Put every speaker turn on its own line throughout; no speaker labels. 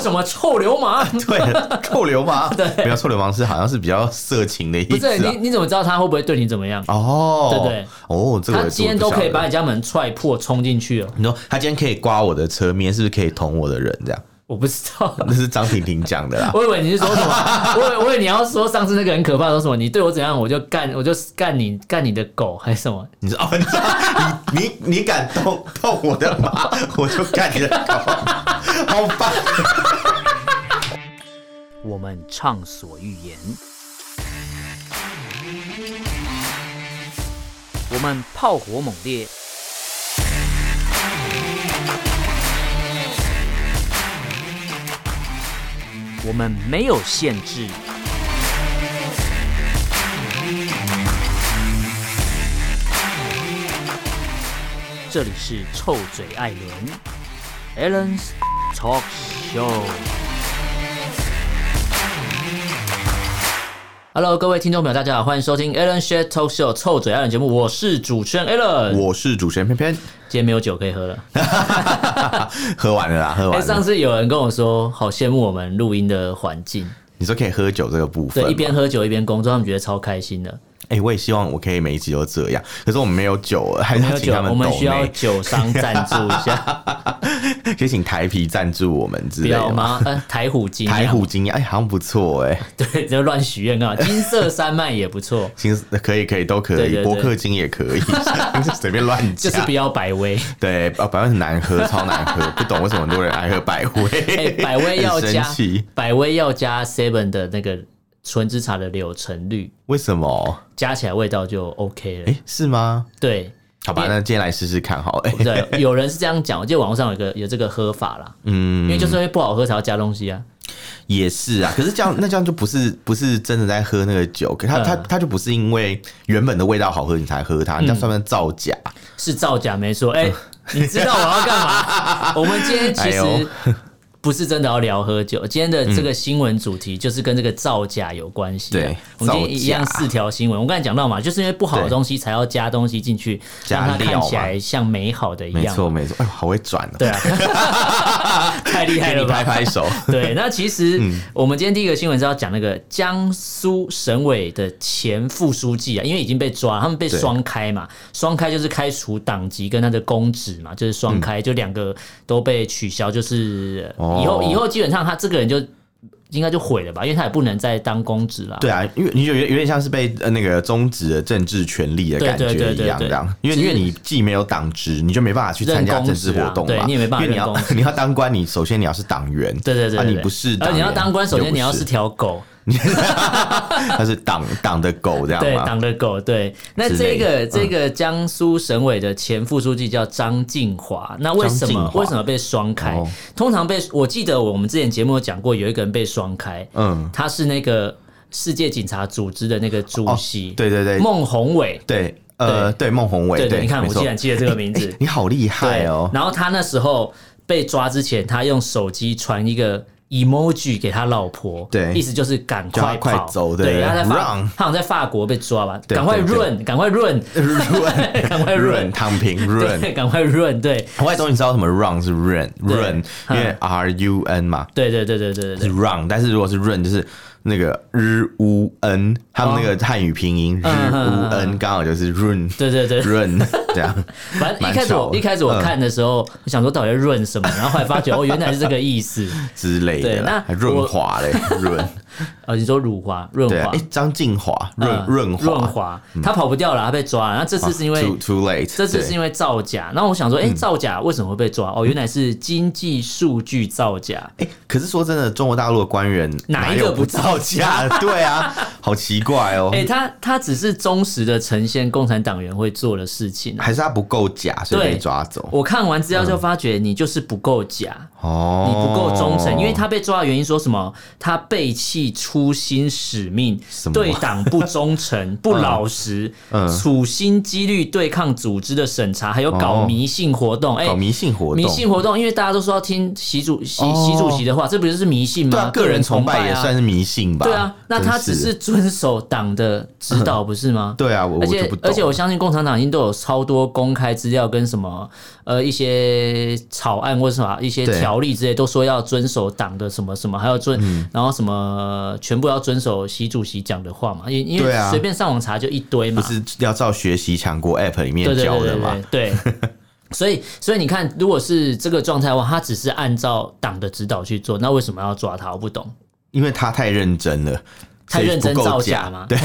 什么臭流
啊
氓？
对，臭流氓，对，不要臭流氓是好像是比较色情的意
不
思、
是
啊。
你你怎么知道他会不会对你怎么样？
哦，
对对，
哦，这个
他
我
今天
不
都
晓
可以
得
把你家门踹破冲进去哦了，
你说他今天可以刮我的车面，是不是可以捅我的人？这样，
我不知道。
那是张婷婷讲的啦。
我以为你是说什 么？我以为我以为你要说上次那个很可怕，说什么你对我怎样，我就干，我就干你干你的狗还是什么？
你说哦，你说 你你你敢动动我的马， 我就干你的狗，好吧？
我们畅所欲言；我们炮火猛烈；我们没有限制。这里是臭嘴艾伦 a l l e n s Talk Show。
Hello，各位听众朋友，大家好，欢迎收听 Alan s h a t Talk Show 臭嘴 Alan 节目，我是主持人 Alan。
我是主持人偏偏，
今天没有酒可以喝了。
喝完了啦，喝
哎、
完了。
上次有人跟我说，好羡慕我们录音的环境，
你说可以喝酒这个部分
对，
吗，
一边喝酒一边工作，他们觉得超开心的。
哎、我也希望我可以每一集都这样，可是我们没有酒，还是
没
要
有
请
酒
他，们
我们
抖
需要
内
酒商赞助一 下，
可以请台啤赞助我们之
不
类
要
的吗？
吗？呃，台虎金，
哦台虎精哎、好像不错哎、
对，就乱许愿啊，金色山脉也不错，
其实可以可以都可以，
对对对
博客精也可以， 随便乱
就
讲。
是不要百 威。
对，啊，百威很难喝，超难喝，不懂为什么很多人爱喝百威。
哎、百威要
很神
加
奇，
百威要加 Seven 的那个纯芝茶的柳橙绿，
为什么？
加起来味道就 OK 了。
哎、是吗？
对
好吧，
别
那今天来试试看好了。
对，有人是这样讲，我记得网络上有个有这个喝法啦，因
嗯，
为就是因为不好喝才要加东西啊。
也是啊。可是这样，那这样就不是不是真的在喝那个酒，可他、他
嗯
他就不是因为原本的味道好喝你才喝它，你这样算不算造假？
是造假没错。哎、你知道我要干 嘛？我们今天其
嗯哎呦嗯
实不是真的要聊喝酒，今天的这个新闻主题就是跟这个造假有关系啊、
对
我们今天一样
造假
四条新闻。我刚才讲到嘛，就是因为不好的
对
东西才要加东西进去，让
加
它看
料
起
嘛
来像美好的一
没
样。
错没错，哎呦，好会转哦、
对啊， 太厉害
给
了
你拍
吧！
拍手。
对，那其实
嗯
我们今天第一个新闻是要讲那个江苏省委的前副书记啊，因为已经被抓，他们被
对
双开嘛，双开就是开除党籍跟他的公职嘛，就是双开，就两个都被取消，就是
嗯哦
以后以后基本上他这个人就应该就毁了吧，因为他也不能再当公职了。
对啊，因为你有有有点像是被呃那个终止了政治权利的感
对对
觉
对对
一样，
对
这样，因为因为你既没有党职，你就没办法去参加政治活动
任公职啊对
嘛，
你也没办法
因为你
任
要
公
你要当官，你首先你要是党员，
对对对
啊
对
你
对
不是
而
党员，
你要当官，首
就
先
不
你要是条狗，
他是党党的狗这样
对，
吗？
党的狗，对。那
之
这
类
个
的嗯
这个江苏省委的前副书记叫张静华，那为什
张
么
静华
为什么被双开
哦？
通常被我记得我们之前节目有讲过，有一个人被双开，
嗯，
他是那个世界警察组织的那个主
哦
席，，
对对对
孟宏伟，
对，呃，对孟宏伟，
对对，你看
没
我
错
竟然记得这个名 字，
你好厉害
对
哦，
然后他那时候被抓之前，他用手机传一个 emoji 给他老婆，
对
意思就是赶
叫
快
他快
跑
走对
对，他在法，
run
他好像在法国被抓吧，
对
赶快
对对
润，赶快润，
润
赶 快 润
润，躺平润。
对，赶快润，对，
外中你知道什么 run 是 run
对嗯
run，因为 R U N 嘛，
对对对对对对
是
对。
run，但是如果是 run 就是那个日乌 n，他们那个汉语拼音日
嗯
乌
嗯嗯
n 刚好就是 run
对对对，
run 这样，
反正一
蛮
开始
巧
我
的
一开始我
嗯
看的时候，我想说到底在润什么，然后后来发觉哦，原来是这个意思。
之类
对
的
那
啦，还润
我
滑嘞， 润
呃，你说辱华润
对啊
华，
哎，，张静华嗯哦
嗯
润润
润
滑，
华，他跑不掉了，他被抓了。那这次是因为
too too late，
这次是因
为
为造假，然后我想说，哎、
嗯
造假为什么会被抓？哦，原来是经济数据造假。
哎，可是说真的，中国大陆的官员
哪一
有
个不
不造假？ 对啊，好奇怪哦
哎、，他他只是忠实的呈现共产党员会做的事情、啊。
还是嗯他不够假，所以
对
被抓走
我看完资料就发觉，你就是不够假，
哦，
你不够忠诚，因为他被抓的原因说什么？他背弃初心使命
什，么
对党不忠 诚、不老实，
嗯
处心积虑对抗组织的审查，还有搞
哦
迷信活动。哎、
搞迷信活动，
迷信活动，因为大家都说要听习主习
哦
习主席的话，这不就是迷信
对
吗？
啊，个人崇拜也
啊
算是迷信吧？
对啊。那他只
真
是主遵守党的指导，不是吗？
对啊，我我
而
就
且
不懂。
而且我相信共产党已经都有超多公开资料跟什么呃一些草案或者什么一些
对
条例之类，都说要遵守党的什么什么，还有遵、
嗯
然后什么全部要遵守习主席讲的话嘛，因因为
对啊
随便上网查就一堆嘛，
不是要照学习强国 App 里面
对对
教的
对
嘛？
对对。对 所以，所以你看，如果是这个状态的话，他只是按照党的指导去做，那为什么要抓他？我不懂，
因为他太认真了，
太认真
所以不
造
够
假
假
吗？对，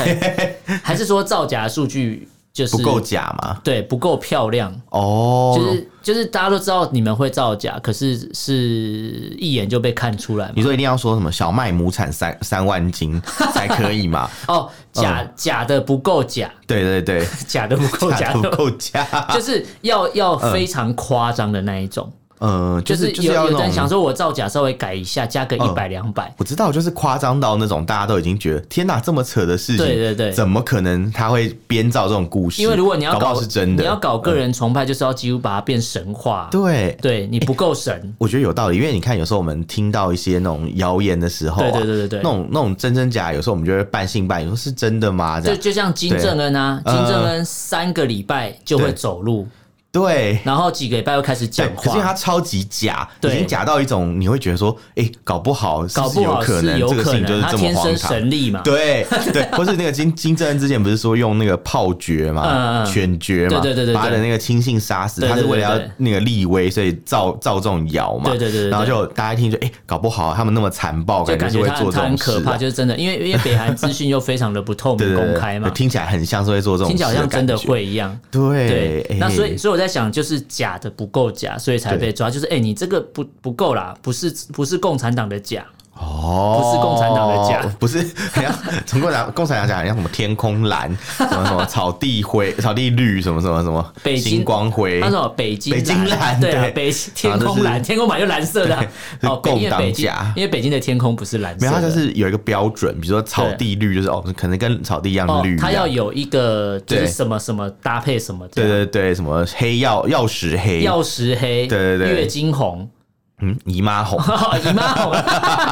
还是说造假的数据就是
不够假嘛？
对，不够漂亮。
哦，
就是就是大家都知道你们会造假，可是是一眼就被看出来
你
嘛。
说一定要说什么小麦亩产三三万 斤才可以嘛？
哦，假、假的不够假，
对对对，
假的不够假的
嗯 假不
不够，
够假。
就是要要非常夸张的那一种。
嗯，
就
就
是是
就
有
是要
有的人
那
想
种，嗯
说，我造假稍微改一下，加个一百两百，
我知道，就是夸张到那种大家都已经觉得天哪，这么扯的事情，
对对对
怎么可能他会编造这种故事？
因为如果你要
搞不
搞
好是真的，嗯
你要搞个人崇拜，就是要几乎把它变神话。
对
对，你不够神，
我觉得有道理，因为你看，有时候我们听到一些那种谣言的时候、啊，
对对对对对
那种那种真真假，有时候我们就会半信半疑，说是真的吗？这
就
样
就像金正恩啊，
对
金
呃
正恩三个礼拜就会
对
走路，
对
然后几个礼拜又开始
对
讲，
可是因为它
话。
超级假，已
对
经假到一种你会觉得说，哎、搞不好是
搞
是
不
有
好
可能
是有
这个事
可
情就
能，
是
他
这么
天
荒
生
唐。
神啊力嘛。
对对， 或是那个金金正恩之前不是说用那个炮决嘛
嗯嗯、嗯
犬决嘛，
对对对对对
把他的那个亲信杀死，
对
他
对
是为了
对
要
对
那个立威，所以造造这种谣嘛，
对对对对对
然后就大家一听就哎，搞不好他们那么残暴，
就
感
感
是
觉
会
他
做这
他很
种
可
事
怕，
啊。
就是真的，因为因为北韩资讯又非常的不透
对
明
对对
公开嘛，
听起来很像是会做这种
听起
事，
来好像真的。会一样。
对
对，，那
哎
所以所以我在想，就是假的不够假，所以才被抓。就是哎、你这个不不够啦，不是不是共产党的假，
哦，
不是共产党的假
不是， 好像从共产共产党讲，好像什么天空蓝，什么什么草地灰、草地绿，什么什么什么
北京
星光灰，
他说哦北京
北京蓝
对啊
对，
北天空
啊这
蓝，
是
天空蓝就蓝色的啊、
是
哦，北因为
共党
北京
假
因为北京的天空不是蓝色
没
的，
有，它就是有一个标准，比如说草地绿，就是哦，可能跟草地一样
哦
绿，，啊
它要。有一个就
对
是什么什么搭配什么这
对
样，
对对，什么黑曜曜石黑，
曜石黑，
对对对
月经红，哦
嗯姨妈 红，
姨妈红，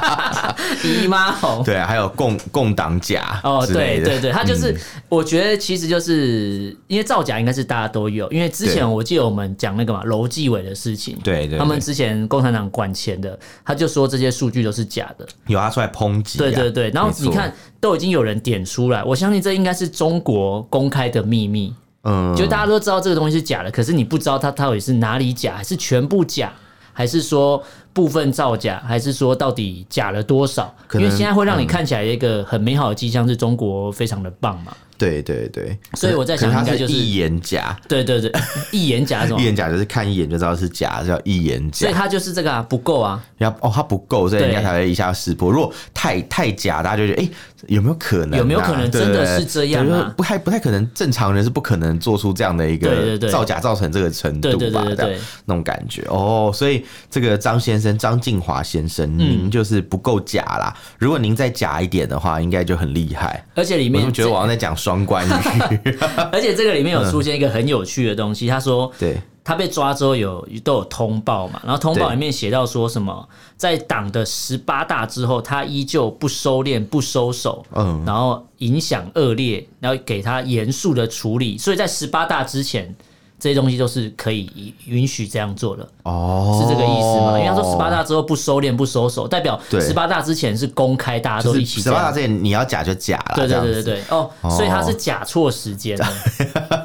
姨妈红，
对，还有共共党甲
哦，
之类
对
的嗯
对对，他就是，我觉得其实就是因为造假应该是大家都有，因为之前我记得我们讲那个嘛楼纪委的事情，
对对对
他们之前共产党管钱的，他就说这些数据都是假的，
有他出来抨击啊，
对对对，然后
没错
你看都已经有人点出来，我相信这应该是中国公开的秘密，
嗯，
就大家都知道这个东西是假的，可是你不知道它到底是哪里假，还是全部假，还是说部分造假，还是说到底假了多少？
可
因
能
为现在会让你看起来一个很美好的迹象，是中国非常的棒嘛。
对对对，
所以我在
可
想
能
应
它
该就是
一眼假，
对对对，一眼假什么
嗯 一？眼假就是看一眼就知道是假，叫一眼
所
假
以。它就是这个啊，不够啊，
要哦，它不够，所以
对
人家才会一下识破。如果太太假，大家就觉得，哎、有没有可能啊、
有没有可能
对不
真的
对
是这样啊
对就是不太不太可能，正常人是不可能做出这样的一
对
个
对对
造假造成这个程度吧？
对对对对
这样
对
那种感觉哦。所以这个张先生，张静华先生，
嗯
您就是不够假啦。如果您再假一点的话，应该就很厉害。
而且里
我
面
就觉得我好嗯像在讲双 关语，
而且这个里面有出现一个很有趣的东西，他说
对
他被抓之后有都有通报嘛，然后通报
对
里面写到说什么，在党的十八大之后，他依旧不收敛、不收手，
嗯
嗯，然后影响恶劣，然后给他严肃的处理，所以在十八大之前，这些东西都是可以允许这样做的，
哦，
是这个意思吗？因为他说十八大之后不收敛、不收手，代表
对
十八大之前是公开，大家
就
都一
是
起
十
这
八大
样。
这里你要假就假啦，
对
这
对
样
对
子
对对，哦，所以他是假错时间了，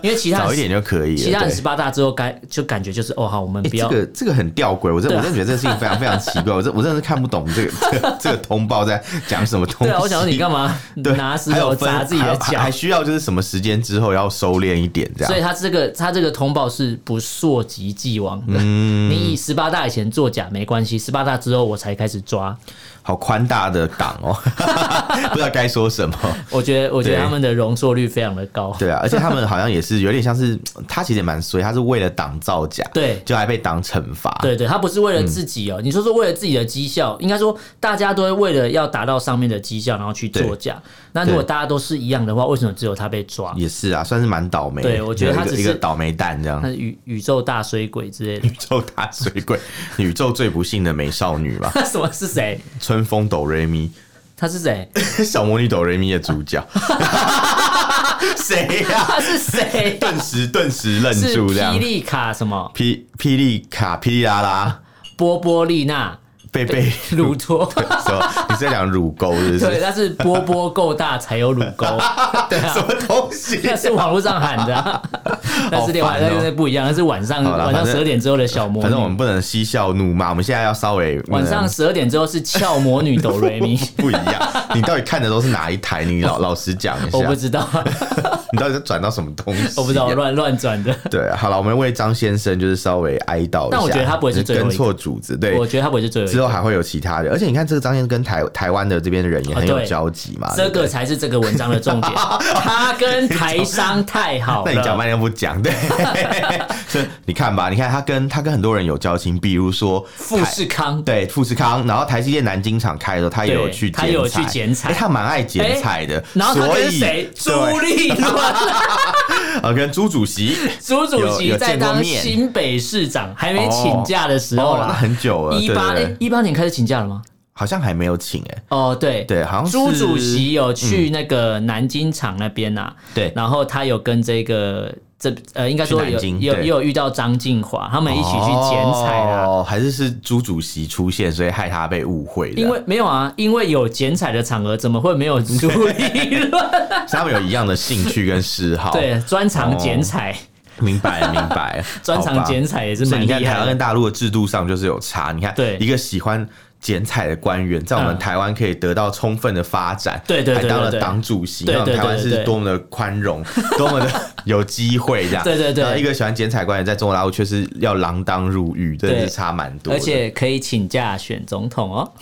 因为其他
早一点就可以了。
其他人
对
十八大之后该就感觉就是哦好，我们
欸
不要、啊
这个这个很吊诡，我真、我真的觉得这个事情非常非常奇怪，我真我真的是看不懂这个 这个这个通报在讲什么东西。
对啊，我想说你干嘛
对
拿石
还有
头
分
砸自己的
还有
脚
还？需要就是什么时间之后要收敛一点这
所以
样。
他这个他这个通报是不溯及既往的。
嗯
你以十八大以前作假没关系，十八大之后我才开始抓。
好宽大的港哦， 不知道该说什么。
我觉得我觉得
对
他们的容错率非常的高。
对啊，而且他们好像也是有点像是他其实也蛮衰，他是为了党造假，
对
就还被党惩罚。
对对，他不是为
嗯
了自己哦、你说说为了自己的绩效，应该说大家都会为了要达到上面的绩效，然后去作假。那如果
对
大家都是一样的话，为什么只有他被抓？
也是啊，算是蛮倒霉的。
对我觉得他
一个
只是
一个倒霉蛋这样
那。宇宇宙大衰鬼之类的
宇，宙大水 鬼，宇宙最不幸的美少女吧，
什么是谁？
春风斗瑞咪。
他是谁？
小魔女斗瑞咪的主角， 谁呀、
他啊是谁？
顿时顿时愣
是
住，这样
霹。雳卡什么？
霹霹雳卡霹雳拉拉
波波丽娜
贝贝
鲁 托。
什么？你是在讲乳沟是不
对，
是？
他是波波够大才有乳 沟，对啊
什，么东西？
那是网络上喊的啊， 但是另外
好烦哦
那那不一样，那是晚上
好啦
晚上
反正
十二点之后的小魔
反正我嗯
女，
们不能嬉笑怒骂，我们现在要稍微
晚上十二点之后是俏魔女哆瑞 咪，
不一样。你到底看的都是哪一台？你老老实讲一下
我，不知 道，
你到底是转到什么东西？
我不知道，我。乱乱转的，
对，啊好了，我们为张先生就是稍微哀悼一下。
但我觉得他不会是最后一个
跟错主子，对
我，觉得他不会是最后一
之
个，
后还会有其他的。而且你看，这个张先生跟台台湾的这边的人也很
啊
有
对
交集嘛。对
这
不对
个才是这个文章的重 点，他跟台商太好
那你讲
了，
半天不讲， 对， 所以你看吧，你看他跟他跟很多人有交情，比如说
富
台
士康，
对富士康，然后台积电南京厂开的时候，他也有
对
去
他也有去剪彩
诶他蛮爱剪彩的，
然后他
所以
跟谁？朱
对
立 伦。
呃，跟朱主 席
朱主席
有有
在
见过
当
面
新北市长还没请假的时候
哦，那
啦，
很久了，
一
对
八
对
哎
对，
一八年开始请假了吗？
好像还没有请哎，
哦，对
对好像是
朱主席有去那个南京厂那边呐、啊，
对
然后他有跟这个这呃，应该说
嗯去
有
南京
有
对
也有遇到张静华，他们一起去剪彩啦。
哦，还是是朱主席出现，所以害他被误会的，
因为没有啊，因为有剪彩的场合，怎么会没有朱立 伦？
所以他们有一样的兴趣跟嗜好，，
对，专长剪彩，
明 白了明白了，
专
哦好
长
吧
剪彩也是
所
蛮
以你看
厉
台湾
害
跟
的。
大陆的制度上就是有差。你看，
对
一个喜欢剪彩的官员，在我们
嗯
台湾可以得到充分的发展，
对对对
还当了
对对
党主席，
对
那
对
我们台湾
对对
是多么的宽容， 多 么的有机会这样。
对对对
然后一个喜欢剪彩官员，在中国大陆却是要锒铛入狱，真的
对
是差蛮多的。
而且可以请假选总统哦，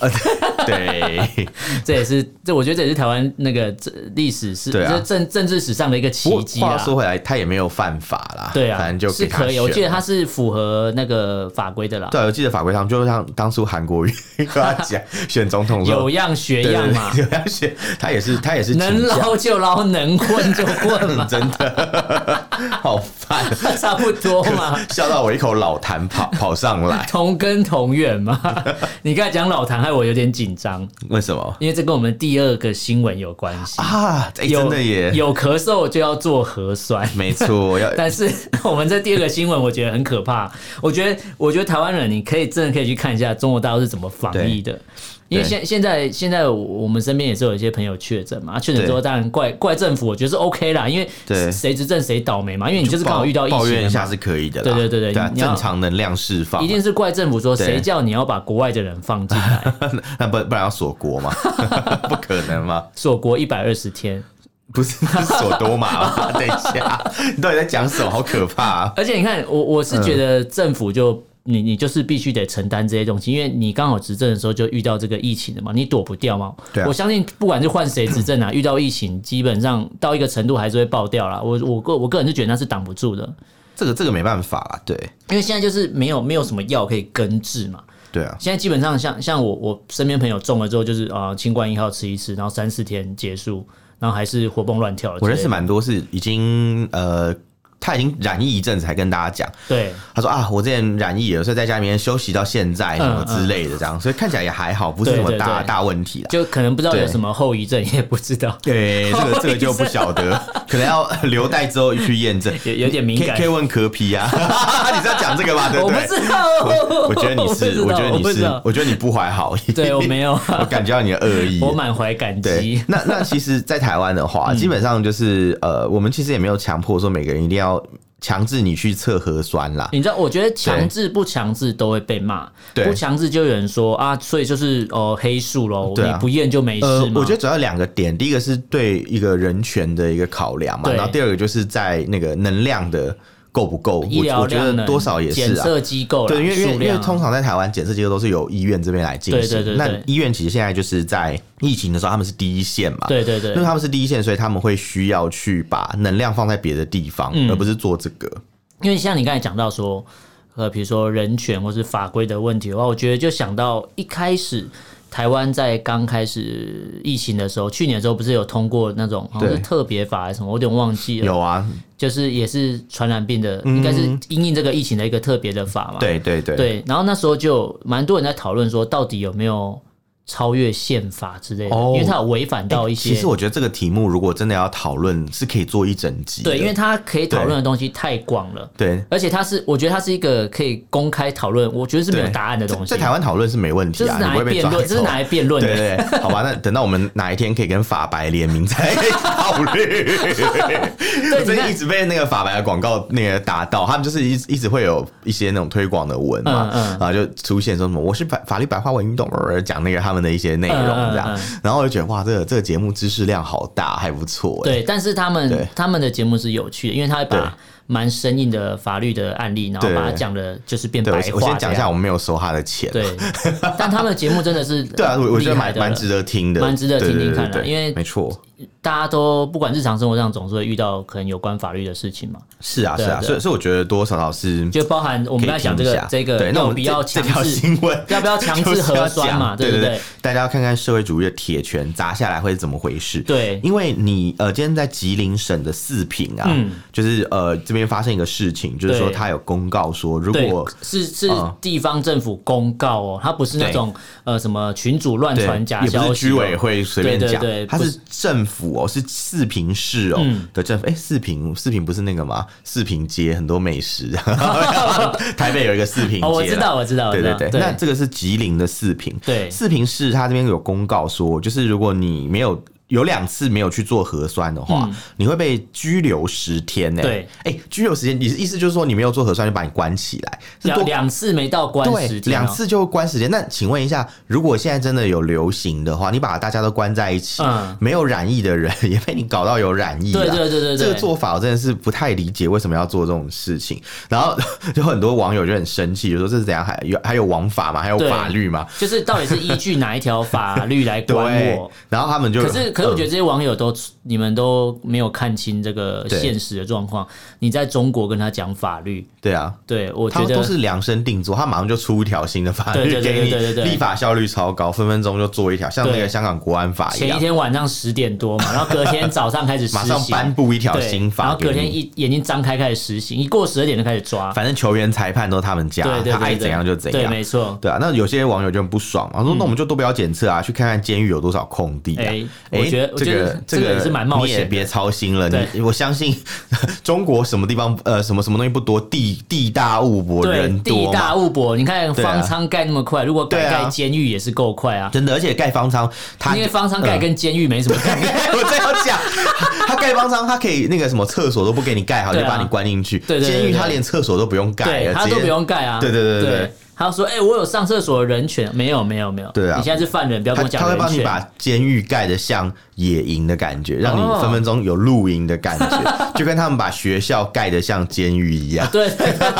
对，
这也是这，我觉得这也是台湾那个这历史是
对啊
这政政治史上的一个
不
奇
过
迹
话
啦。
说回来，他也没有犯法啦，
对啊，
反正就是给他
可以，我
选
记得
嘛
他是符合那个法规的啦，
对啊，我记得法规上就像当初韩国瑜跟他讲选总统的时候
有样学
对对
样
对
嘛，
有样学，他也是他也是
能
请假
捞就捞，能混就混嘛，
真的好烦，
差不多嘛，
笑到我一口老痰跑跑上来。
同根同源嘛。 你刚才讲老谭，害我有点紧张，
为什么
因为这跟我们第二个新闻有关系。
啊？哎、
有
真的耶，
有咳嗽就要做核酸。
没错，要
但是我们这第二个新闻，我觉得很可怕。我觉得，我觉得台湾人，你可以真的可以去看一下中国大陆是怎么防疫的。因为现现在现在我我们身边也是有一些朋友确诊嘛，啊确诊之后
对
当然怪怪政府，我觉得是 OK 啦，因为
对
谁执政谁倒霉嘛，因为你就是刚好
抱
遇到疫
抱
情
怨一
了
下
嘛，
是可以的啦，
对对对对
啊
你要
正常能量释放
一
嘛，
定是怪政府说
对
谁叫你要把国外的人放进 来，
那不不然要锁国嘛？不可能嘛？
锁国一百二十天，
不是不是锁多嘛吗？等一下，你到底在讲什么？好可怕、啊！
而且你看，我我
嗯
是觉得政府就、你你就是必须得承担这些东西，因为你刚好执政的时候就遇到这个疫情了嘛，你躲不掉嘛。
对啊嗯
我相信不管是换谁执政啊，遇到疫情基本上到一个程度还是会爆掉啦。我我个我个人是觉得那是挡不住的，
这个这个没办法啦，对
因为现在就是没有没有什么药可以根治嘛。
对啊，
现在基本上像像我我身边朋友中了之后，就是啊、呃清冠一号吃一吃，然后三四天结束，然后还是活蹦乱跳的之类的。
我认识蛮多是已经呃，他已经染疫一阵子，才跟大家讲，
对。
他说啊，我之前染疫了，所以在家里面休息到现在什么之类的，这样，所以看起来也还好，不是什么
啊对
大
对对
大问题啦。
就可能不知道有
对
什么后遗症，也不知道。
对，这个这个就不晓得，可能要留待之后去验证，
有有点敏感
可以可以问柯皮 啊，你是要讲这个吧？对
我
不
不
对？
知道，
我觉得你 是，
我
我
不知道
觉得
我不知
你是
道，
我觉得你不怀好意。
对我没有，
我感觉到你的恶意。
我满怀感
对
激，。
那那其实，在台湾的
嗯
话，基本上就是呃，我们其实也没有强迫说每个人一定要强制你去测核酸啦。
你知道，我觉得强制不强制都会被骂，
对
不强制就有人说啊，所以就是哦、呃黑数喽，
对啊
你不验就没事
呃
嘛。，
我觉得主要两个点，第一个是对一个人权的一个考量嘛，
对
然后第二个就是在那个能量的够不够，
医
我
疗
我觉
量
得
能
多少也
检
是啊。
测机构啦
对，因为因为
数
因为
量啊
通常在台湾检测机构都是由医院这边来进行，
对对对对
那医院其实现在就是在疫情的时候，他们是第一线嘛，
对对对
因为他们是第一线，所以他们会需要去把能量放在别的地方，
嗯
而不是做这个。
因为像你刚才讲到说，呃，比如说人权或是法规的问题的话，我觉得就想到一开始台湾在刚开始疫情的时候，去年的时候不是有通过那种好像是
对
特别法还是什么，我有点忘记了，
有啊，
就是也是传染病的，应该是因应这个疫情的一个特别的法嘛。
对对对，
对，然后那时候就有蛮多人在讨论说，到底有没有超越宪法之类的，
哦
因为它有违反到一些。
其实我觉得这个题目如果真的要讨论，是可以做一整集的。
对，因为它可以讨论的东西太广了。
对
而且它是，我觉得它是一个可以公开讨论，我觉得是没有
对
答案的东西。
在台湾讨论是没问
这
题
是
啊，你
拿
不
来
会被
辩
抓
论，这是
走
拿来辩论
对
的。
对对， 好吧，那等到我们哪一天可以跟法白联名再考 虑。我
你
最近
看
一直被那个法白的广告那个打到，他们就是一直一直会有一些那种推广的文嘛，
嗯嗯
然后就出现说什么我是法法律白话文运动儿，讲那个他们的一些内容
嗯嗯嗯
这样，
嗯
然后我就觉得哇，这个这个节目知识量好大，还不错、欸。
对，但是他
对
们他们的节目是有趣的，因为他会
对
把蛮生硬的法律的案例，然后
对
把它讲的就是变
对，
白
我我
话
先
这
讲一下，
样。
我们没有收他的钱。
对，但他们的节目真的是
对啊，我我觉得蛮
厉害的
蛮值得听的，
蛮值得
对
听
对
听
对
看的
对对
因为
没错，
大家都不管日常生活上总是会遇到可能有关法律的事情嘛，
是啊是
对啊对
啊，
啊
所以所以我觉得多多少少是
就包含我
我
们刚才讲这个这个
对，那我
要
们
不
这
要
这
强
条
制
新闻
要不要强制核酸嘛，
就是要讲对
不
对
对？
大家要看看社会主义的铁拳砸下来会是怎么回事。
对
因为你呃，今天在吉林省的四平啊，
嗯
就是呃这边发生一个事情，就是说
对
他有公告说，如
对
果，
是是
嗯
地方政府公告哦，它不是那
对
种呃什么群主乱
对
传假
也不
消
是
息哦，
居委会随便讲
对对对，
他
不
是
是
政府哦，是四平市哦
嗯
的政府。哎，四平四平不是那个吗？四平街很多美食， 台北有一个四平街啦，
哦，我知道，我知道，我
对
知
对
道，
对，那这个是吉林的四平，
对
四平市它这边有公告说，就是如果你没有。有两次没有去做核酸的话，
嗯
你会被拘留十天呢、
对，
哎、拘留时间，你意思就是说你没有做核酸就把你关起来，是
两
多
两次没到关
对
时，天哦
两次就关时间。那请问一下，如果现在真的有流行的话，你把大家都关在一起，
嗯
没有染疫的人也被你搞到有染疫了。
对对对对对
啊这个做法我真的是不太理解，为什么要做这种事情？然后 就很多网友就很生气，就说这是怎样？还有还有王法吗？还有
对
法律吗？
就是到底是依据哪一条法律来 管
对嗯
我？，
然后他们就
可是，可是我觉
得、
得这些网友都，你们都没有看清这个
对
现实的状况。你在中国跟他讲法律，
对啊。
对我
他
觉
们
得
都是量身定做，他马上就出一条新的法律
对对对
给你
对对，对
立法效率超高，分分钟就做一条，像那个
对
香港国安法一
前一
样，
天晚上十点多嘛，然后隔天早上开始实
马上
行，
颁布一条
对
新法
然后
给你，
隔天一眼睛张开开始实行，一过十二点就开始抓。
反正球员、裁判都是他们家，
对对对对，
他爱怎样就怎
对，
样。
没错。
对啊，那有些网友就很不爽嘛，说那我们就都不要检测啊，去看看监狱有多少空地啊。
哎
哎
我觉得我
这
觉
个
得
这
这个也是蛮冒险的
你也别操心了。你我相信 中国什么地方呃什么什么东西不多，地地大物博，
对
人，
地
多
大
嘛。
物博，你看
对啊
方舱盖那么快，如果
对
改
啊
盖监狱也是够快啊。
真的，而且盖方舱，他
因为方舱盖跟监狱没什么两样。
我正要讲，他盖方舱，他可以那个什么厕所都不给你盖好，就
对啊
把你关进去。
对对对
监狱
对
他连厕所都不用盖
对
了，
他
直
都
接
不用盖啊。
对对对对
对
对
他说：“哎、我有上厕所的人权，没有没有没有。
对啊
你现在是犯人，不要跟我
他
讲
他会
人
帮你
权。。
把监狱盖得像野营的感觉，让你分分钟有露营的感觉，就跟他们把学校盖得像监狱一样
对对对对对，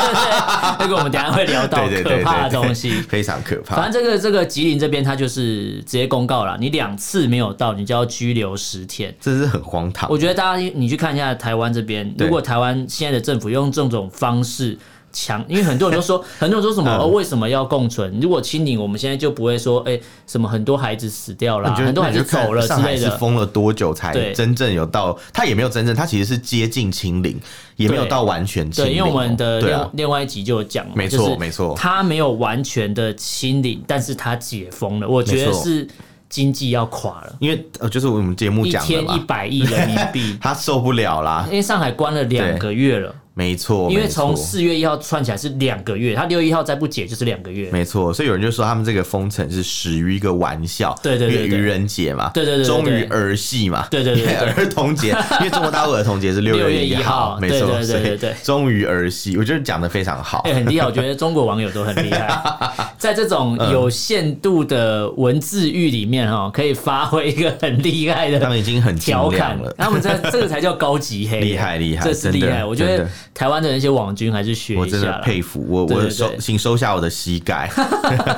这个我们等一下会聊到
对对对
可怕的
对对
东西。
非常可怕。
反正这个这个吉林这边，他就是直接公告了，你两次没有到，你就要拘留十天。
这是很荒唐
我。觉得大家你去看一下台湾这边，
对
如果台湾现在的政府用这种方式。强，因为很多人都 说，很多人说什
嗯
么、哦，为什么要共存？如果清零，我们现在就不会说，哎、什么很多孩子死掉了，
那你就
很多
那
孩
你就
子
看
走了之
上海
类
是
的。
封了多久才
对
真正有到？他也没有真正，他其实是接近清零，也没有
对
到完全清零哦。
对，因为我们的
对
另、
啊
另外一集就有讲嘛，
没错
就是
没错
他没有完全的清零，但是他解封了，我觉
没
得
错
是经济要垮了，
因为呃，就是我们节目
一
讲的
天一
嘛，，
百亿人民币
他受不了啦
因。为上海关了两个月了，
没错，
因为
没错
从四月一号算起来是两个月，他六月一号再不解就是两个月。
没错，所以有人就说他们这个封城是始于一个玩笑，
对对对
因为
对
愚人节嘛，
对对对对
终于
对
儿戏嘛，
对对对对
因为 儿童节，因为中国大陆儿童 节是六
6
月
月
一
1号
没
对
错，
对对
所以
对对
终于儿戏，我觉得讲的非常好
哎、，很厉害，我觉得中国网友都很厉害，在这种
嗯
有限度的文字狱里面哈，可以发挥一个很厉害的
他们已经很精
调侃
良了，
他们在这个才叫高级黑，
厉害厉害
这是
真
厉
的
害。我觉
真
得
的
台湾的那些网军还是学
我
一
真
下
的
啦。
佩服我，
对对
我
对
收，请收下我的膝盖，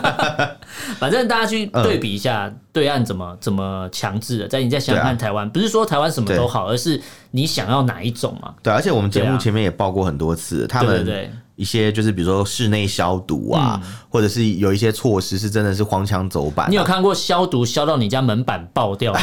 反正大家去
嗯
对比一下对岸怎么怎么强制的，在你再想想
对啊
看台湾，不是说台湾什么
对
都好，而是你想要哪一种嘛。
对，而且我们节
对
目
啊
前面也报过很多次，他
对对
们
对
一些就是比如说室内消毒啊，或者是有一些措施是真的是荒腔走板啊、
嗯你有看过消毒消到你家门板爆 掉吗？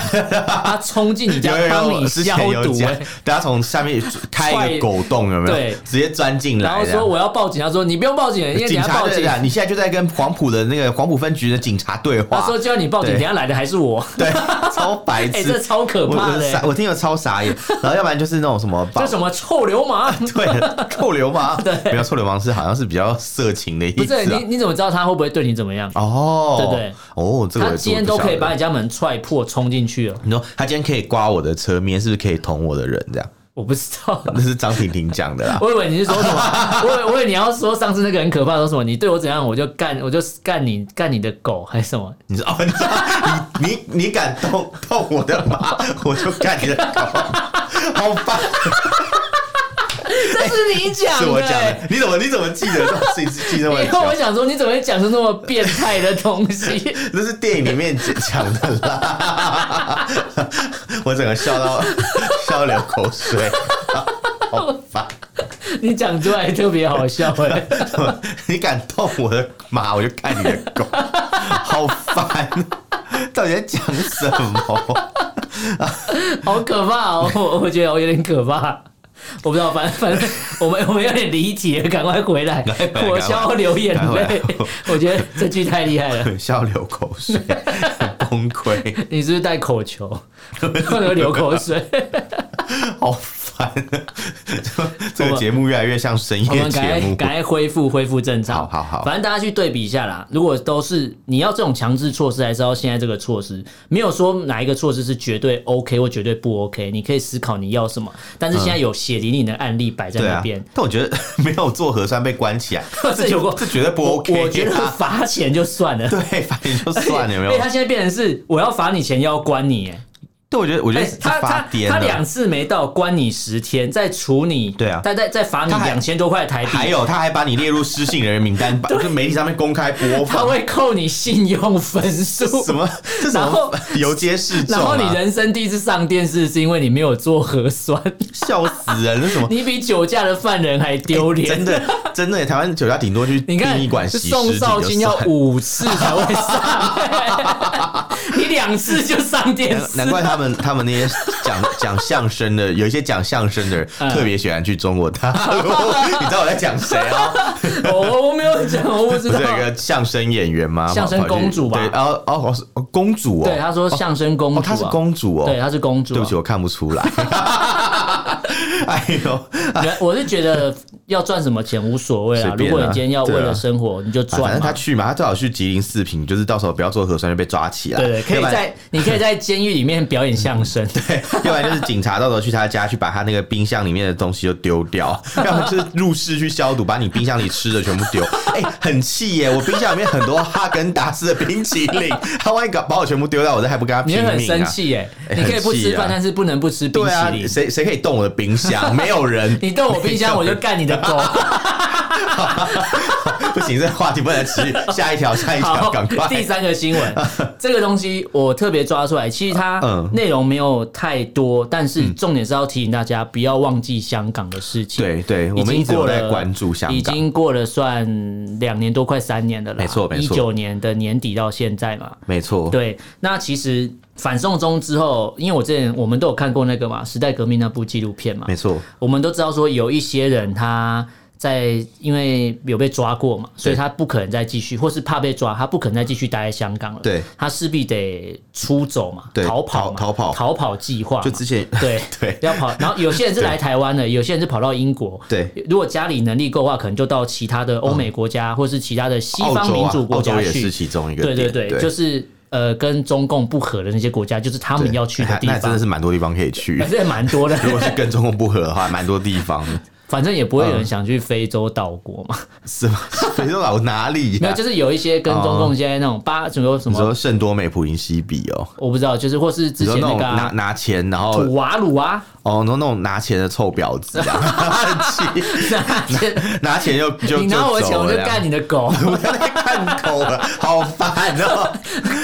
他冲进你家
有有
帮
有，
你
之
消
前有
毒、
讲
欸，
大家从下面开一个狗洞，有没有？
对
直接钻进
然
来
后
这
说
样。
我要报警，他说你不用报警，因为你
警
要
察
报
对
警。
的，你现在就在跟黄埔的那个黄埔分局的警察对
他
话，
说叫你报警，
对
等一下来的还是 我。
对，超白
哎、这
痴，
超可
我
怕
我
的、
傻
欸，
我听了超傻眼。然后要不然就是那种什 么把，
这什么臭流 氓？
对，臭流 氓，没有臭流氓是好像是比较色情的
不
意思
是
啊。
你，你怎么知道他会不会对你怎么样？
哦，
对对，
哦，这个
他
我也
今天
不
都可以
晓得
把你家门踹破，冲进去了。
你说他今天可以刮我的车面，是不是可以捅我的人？这样，
我不知道，
那是张婷婷讲的啦。
我以为你是说什 么？我以为我以为你要说上次那个很可怕，说什么你对我怎样，我就干，我就干你，干你的狗还是什么？
你知道， 你知道，你你你敢动动我的马，我就干你 的狗，好烦！
这是你讲
哎是
的、
我
欸，
讲的，你怎么你怎么记 得？自己是记那么
以后我
久，
想说，你怎么会讲出那么变态的东 西？
那是电影里面讲的啦。 我整个笑到笑到流口水，好烦！
你讲出来特别好笑哎、
你敢动我的马，我就干你的狗，好烦！到底在讲什么？
好可怕哦！我我觉得我有点可怕。我不知道，反正反正我们我们有点离题了，赶快回来
快回来，
火消流眼
赶快
泪
赶快。
我觉得这句太厉害了。
笑流口水，崩溃。
你是不是带口 球，或者流口水？
好烦啊！ 这个节目越来越像深
我
夜
们赶
节
快
目。
赶快恢复恢复正常。
好好好
反正大家去对比一下啦。如果都是你要这种强制措施，还是要现在这个措施，没有说哪一个措施是绝对 OK 或绝对不 OK，你可以思考你要什么。但是现在有血淋淋的案例摆在
嗯对
那
啊
边，，
但我觉得没有做核酸被关起来，
这 有过
这绝对不 OK 啊。
我觉得哎罚钱就算了，
对，反正就 算了，有没
因为
有
他？现在变成是我要罚你钱，要关你耶。
对，我觉得我觉
哎、
得是
他
发
他
癫
他两
了。
次没到，关你十天，再处你，
对啊
再再再罚你
他还
两千多块台币，
还有，他还把你列入失信人员名单，把就媒体上面公开播
他
放。
会扣你信用分数。
什么？这什
然后
么游街示众
然后
啊？
你人生第一次上电视，是因为你没有做核 酸，
笑死人！那 什么？
你比酒驾的犯人还丢脸。
哎真的真的，台湾酒家顶多去
你看
殡仪馆，洗尸
宋
体
少
就
卿要
算了
五次才会上， 你两次就上电视，
难怪他 们他们那些讲讲相声的，有一些讲相声 的人
嗯
特别喜欢去中国大陆。 你知道我在讲谁啊？
我哦我我没有讲，我 不知
不
道
是。有一个相声演员吗？
相声
跑去
公主吧
对，哦哦哦，公主哦，
对，他说相声公主、
哦，
啊
她是公主哦，
对，她是公主、啊。
对不起，我看不出来。 哎呦，
人我是觉得要赚什么钱无所谓啊
随，
如
便啊
果你今天要为
对
了
啊
生活，你就
反
赚
正
嘛
他。去嘛，他最好去吉林四平，就是到时候不要做核酸就被抓起来。
对对，可以
要不然
在你可以在监狱里面表演相 声，
要不然就是警察到时候去他家去把他那个冰箱里面的东西都丢 掉，要么就是入室去消毒，把你冰箱里吃的全部丢。哎、很气耶！我冰箱里面很多哈根达斯的冰淇淋， 他万一搞把我全部丢掉，我这还不跟他
你
拼
会
命啊？
很生气耶。
哎
你可以不吃
很气
饭
啊，
但是不能不吃冰
对
淇
啊，
淋。
谁谁可以动我的冰 箱？没有人，
你动我冰箱，我就干你的狗。
不行，这话题不能持续。下一条，下一 条，
好
哎赶，快！
第三个新 闻，这个东西我特别抓出来，其实它
嗯
内容没有太多，但是重点是要提醒大家不要忘记香港的事情。
对对，我
已
们一
经
直
过
有
了，
在关注香
已
港。
经过了算两年多，快三年的了啦。
没错没错
一九年的年底到现在嘛。
没错，
对，那其实反送中之后，因为我之前我们都有看过那个嘛，时代革命那部纪录片嘛，
没错，
我们都知道说有一些人他。在因为有被抓过嘛，所以他不可能再继续，或是怕被抓，他不可能再继续待在香港了。
对，
他势必得出走嘛，
对
逃跑嘛，
逃逃跑
逃跑计划嘛。
就之前
对
对
要跑。然后有些人是来台湾的，有些人是跑到英国。
对，
如果家里能力够的话，可能就到其他的欧美国家，或是其他的西
澳
方
洲
民
啊
主，国
澳洲
家
也
去
是。其中一个
对
点。
对对，就是呃，跟中共不合的那些国家，就是他们要去的地
哎那那真的
方。
是蛮多地方可以去
反。正蛮多 的，
如果是跟中共不合的话，蛮多地方的
反正也不会
嗯
有人想去非洲岛国 嘛。
是 吗？非洲岛哪里
没有，
呀、
就是有一些跟中共现在那种巴什么什
哦你
么
说，圣多美普林西比哦，
我不知道，就是或是之
你说
前
那
那
种
个
拿呃
啊
拿钱，然后
土瓦鲁啊，
哦，那那种拿钱的臭婊子啊，很气 拿钱就就
你拿我的钱，我就
走了
干你的狗。
我在看狗了，好烦哦！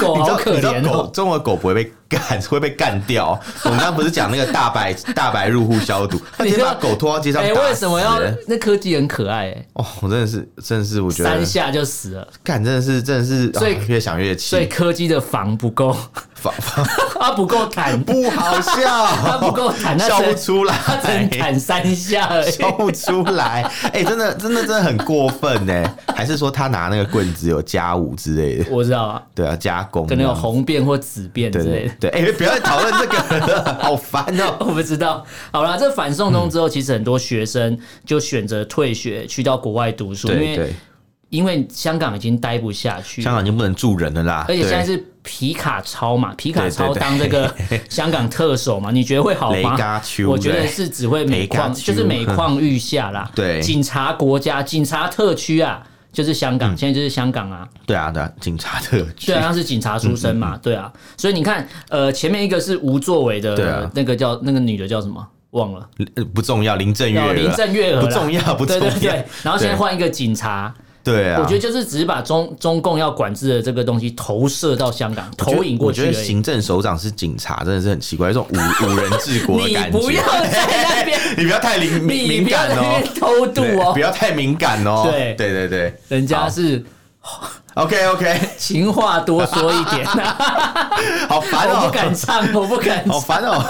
狗
你 知
好
道，
可
你知道
怜
狗
哦。
中国狗不会被干，会被干掉。我们刚刚不是讲那个大白大白入户 消毒，他直接把狗拖到街上
哎、
打
为什么要
死欸？
那柯基很可爱、哎
哦，我真的是，真的是，我觉得
三下就死了，
干真的是，真的是，
所以
啊越想越
所以
气，
柯基的防不够，
反反
它不够坦，
不好笑，
它不够坦，它
笑不
只
出来，
它只能坦三下 而已。
笑不出 来。哎、真的，真的，真的很过分呢。还是说他拿那个棍子有加武之类的？
我知道啊，
对啊，加工
可能有红变或紫变之
对
类
对
的。
对，哎、不要再讨论这个了，好烦哦、
我不知道。好啦，这反送中之后，其实很多学生就选择退学，去到国外读书，因
对
为
对，
因为香港已经待不下去，
香港已经不能住人了啦，
而且现在
对
是皮卡超嘛，皮卡超
对对对
当这 个香港特首嘛，你觉得会好
雷
吗
嘎？丘
我觉得
对
是只会每
雷嘎
况，
丘
就是 每况愈下啦。
对
警察国家、警察特区啊，就是香
嗯
港，现在就是香港啊。
对啊对啊，警察特区
对啊，他是警察出身
嗯
嘛，对啊。所以你看，呃，前面一个是吴作伟
对
的
啊
那个叫那个女的叫什么？忘了，
呃不重要，林郑月
叫
娥
林郑哦月娥啦，
不重要，不重
对
要，
对对，然后现在换一个警察，
对啊，
我觉得就是只是把中中共要管制的这个东西投射到香港，投影过去
我
而
觉得
已。
行政首长是警察，真的是很奇怪，这种五五人治国的
你
感觉。
不要在那边，
你不要太敏 敏
你
敏
不要
感
在那
哦
边，偷渡
对
哦
不，要太敏感哦。
对
对对对
人家是
OK OK，
情话多说一点，啊
好 烦
我
哦
不，敢唱，我不敢
好
唱，
烦哦，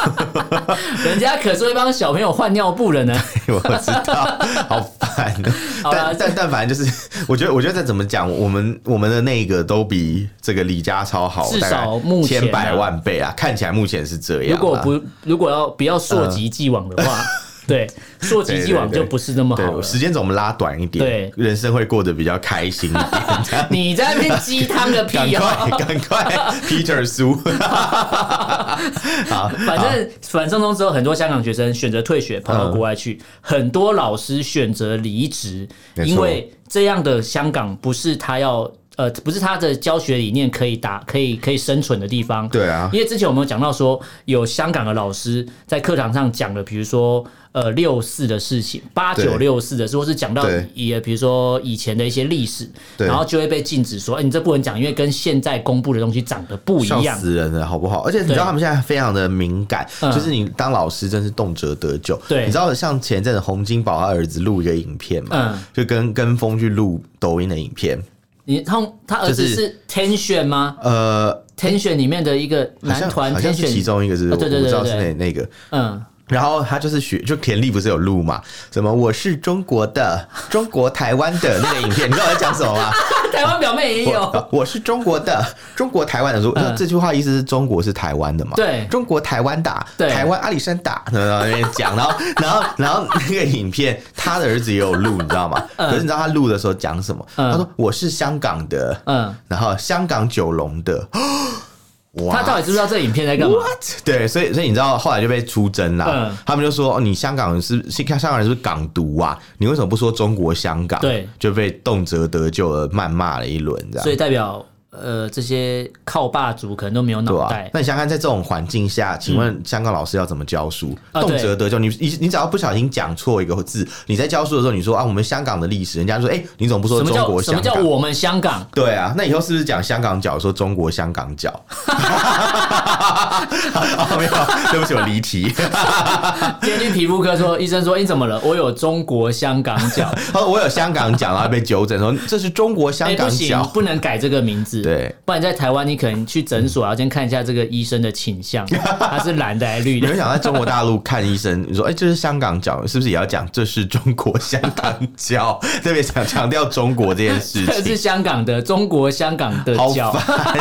人家可是会帮小朋友换尿布的呢。
我知道，好烦哦。
好啦
但但但反正就是，我觉得我觉得再怎么讲，我们我们的那个都比这个李家超好，
至
大概
少目前啊
千百万倍啊，看起来目前是这样
如
啦。
果不如果要不要溯及既往的话， 对，溯及既往
嗯对对对
就不是那么好
对
了。
时间总我们拉短一点，
对
人生会过得比较开心一点。 这样
你在那边鸡汤个
赶
屁哦！
快，赶快，Peter 苏，好，
反正反送中之后，很多香港学生选择退学，跑到国外去；很多老师选择离职，
嗯没错
因为这样的香港不是他要呃，不是他的教学理念可以打可以可以生存的地方。
对啊
因为之前我们有讲到说，有香港的老师在课堂上讲了，比如说呃六四的事情、八九六四的事，或是讲到
对
也比如说以前的一些历史，
对
然后就会被禁止说，哎、你这不能讲，因为跟现在公布的东西长得不一
笑
样。
死人了，好不好？而且你知
对
道他们现在非常的敏感，
嗯
就是你当老师真是动辄得咎。
对
你知道像前阵子洪金宝他儿子录一个影片嘛
嗯，
就跟跟风去录抖音的影片，
你他他儿子
就是
是 Tension 吗？
呃，
Tension 里面的一个
好
男
像
团
好像是其
Tension，
中一个，是
啊
不
对
是？
对
我不
对
知道
对
是
对
哪那个，
嗯，
然后他就是学，就田丽不是有录嘛？什么我是中国的，中国台湾的那个影片，你知道我在讲什么吗？
台湾表妹也有，
呃我我是中国 的，中国台湾的。如果、
哎嗯
这句话意思是中国是台湾的嘛？
对
中国台湾打，
对
台湾阿里山打， 然后在那边讲，然后然后 然后那个影片，他的儿子也有录，你知道吗？可是你知道他录的时候讲什么？
嗯
他说我是香港的，
嗯，
然后香港九龙的，
他到
哇。
底知不知道这影片在干嘛？
对，所以所以你知道后来就被出征啦，
嗯
他们就说、哦、你香港人是是香港人是不是港独啊？你为什么不说中国香港？
对，
就被动辄得咎了，谩骂了一轮，这样。
所以代表呃，这些靠霸族可能都没有
对
脑
啊
袋，。嗯
那你想想看，在这种环境下，请问香港老师要怎么教书？
啊对
动辄得咎，你你你只要不小心讲错一个字，你在教书的时候，你说啊，我们香港的历史，人家说，哎、你怎么不说
什么
中
叫
国
什
香
么叫
港？
我们香 港？
对啊，那以后是不是讲香港脚说中国香港脚？ 啊，没有，对不起，我离题。
今天去皮肤科说，医生说你怎么了？我有中国香港脚，
他说我有香港脚，然后被纠正说这是中国 香
哎，不
港
行
脚。，
不能改这个名字。
对，
不然在台湾你可能去诊所，要先看一下这个医生的倾向，他是蓝的还是绿
你
的
会？想在中国大陆看 医生，你说哎、这是香港脚，是不是也要讲这是中国香港脚？ 特别想强调中国这件 事
这
情。
是香港的，中国香港的
好
脚
烦，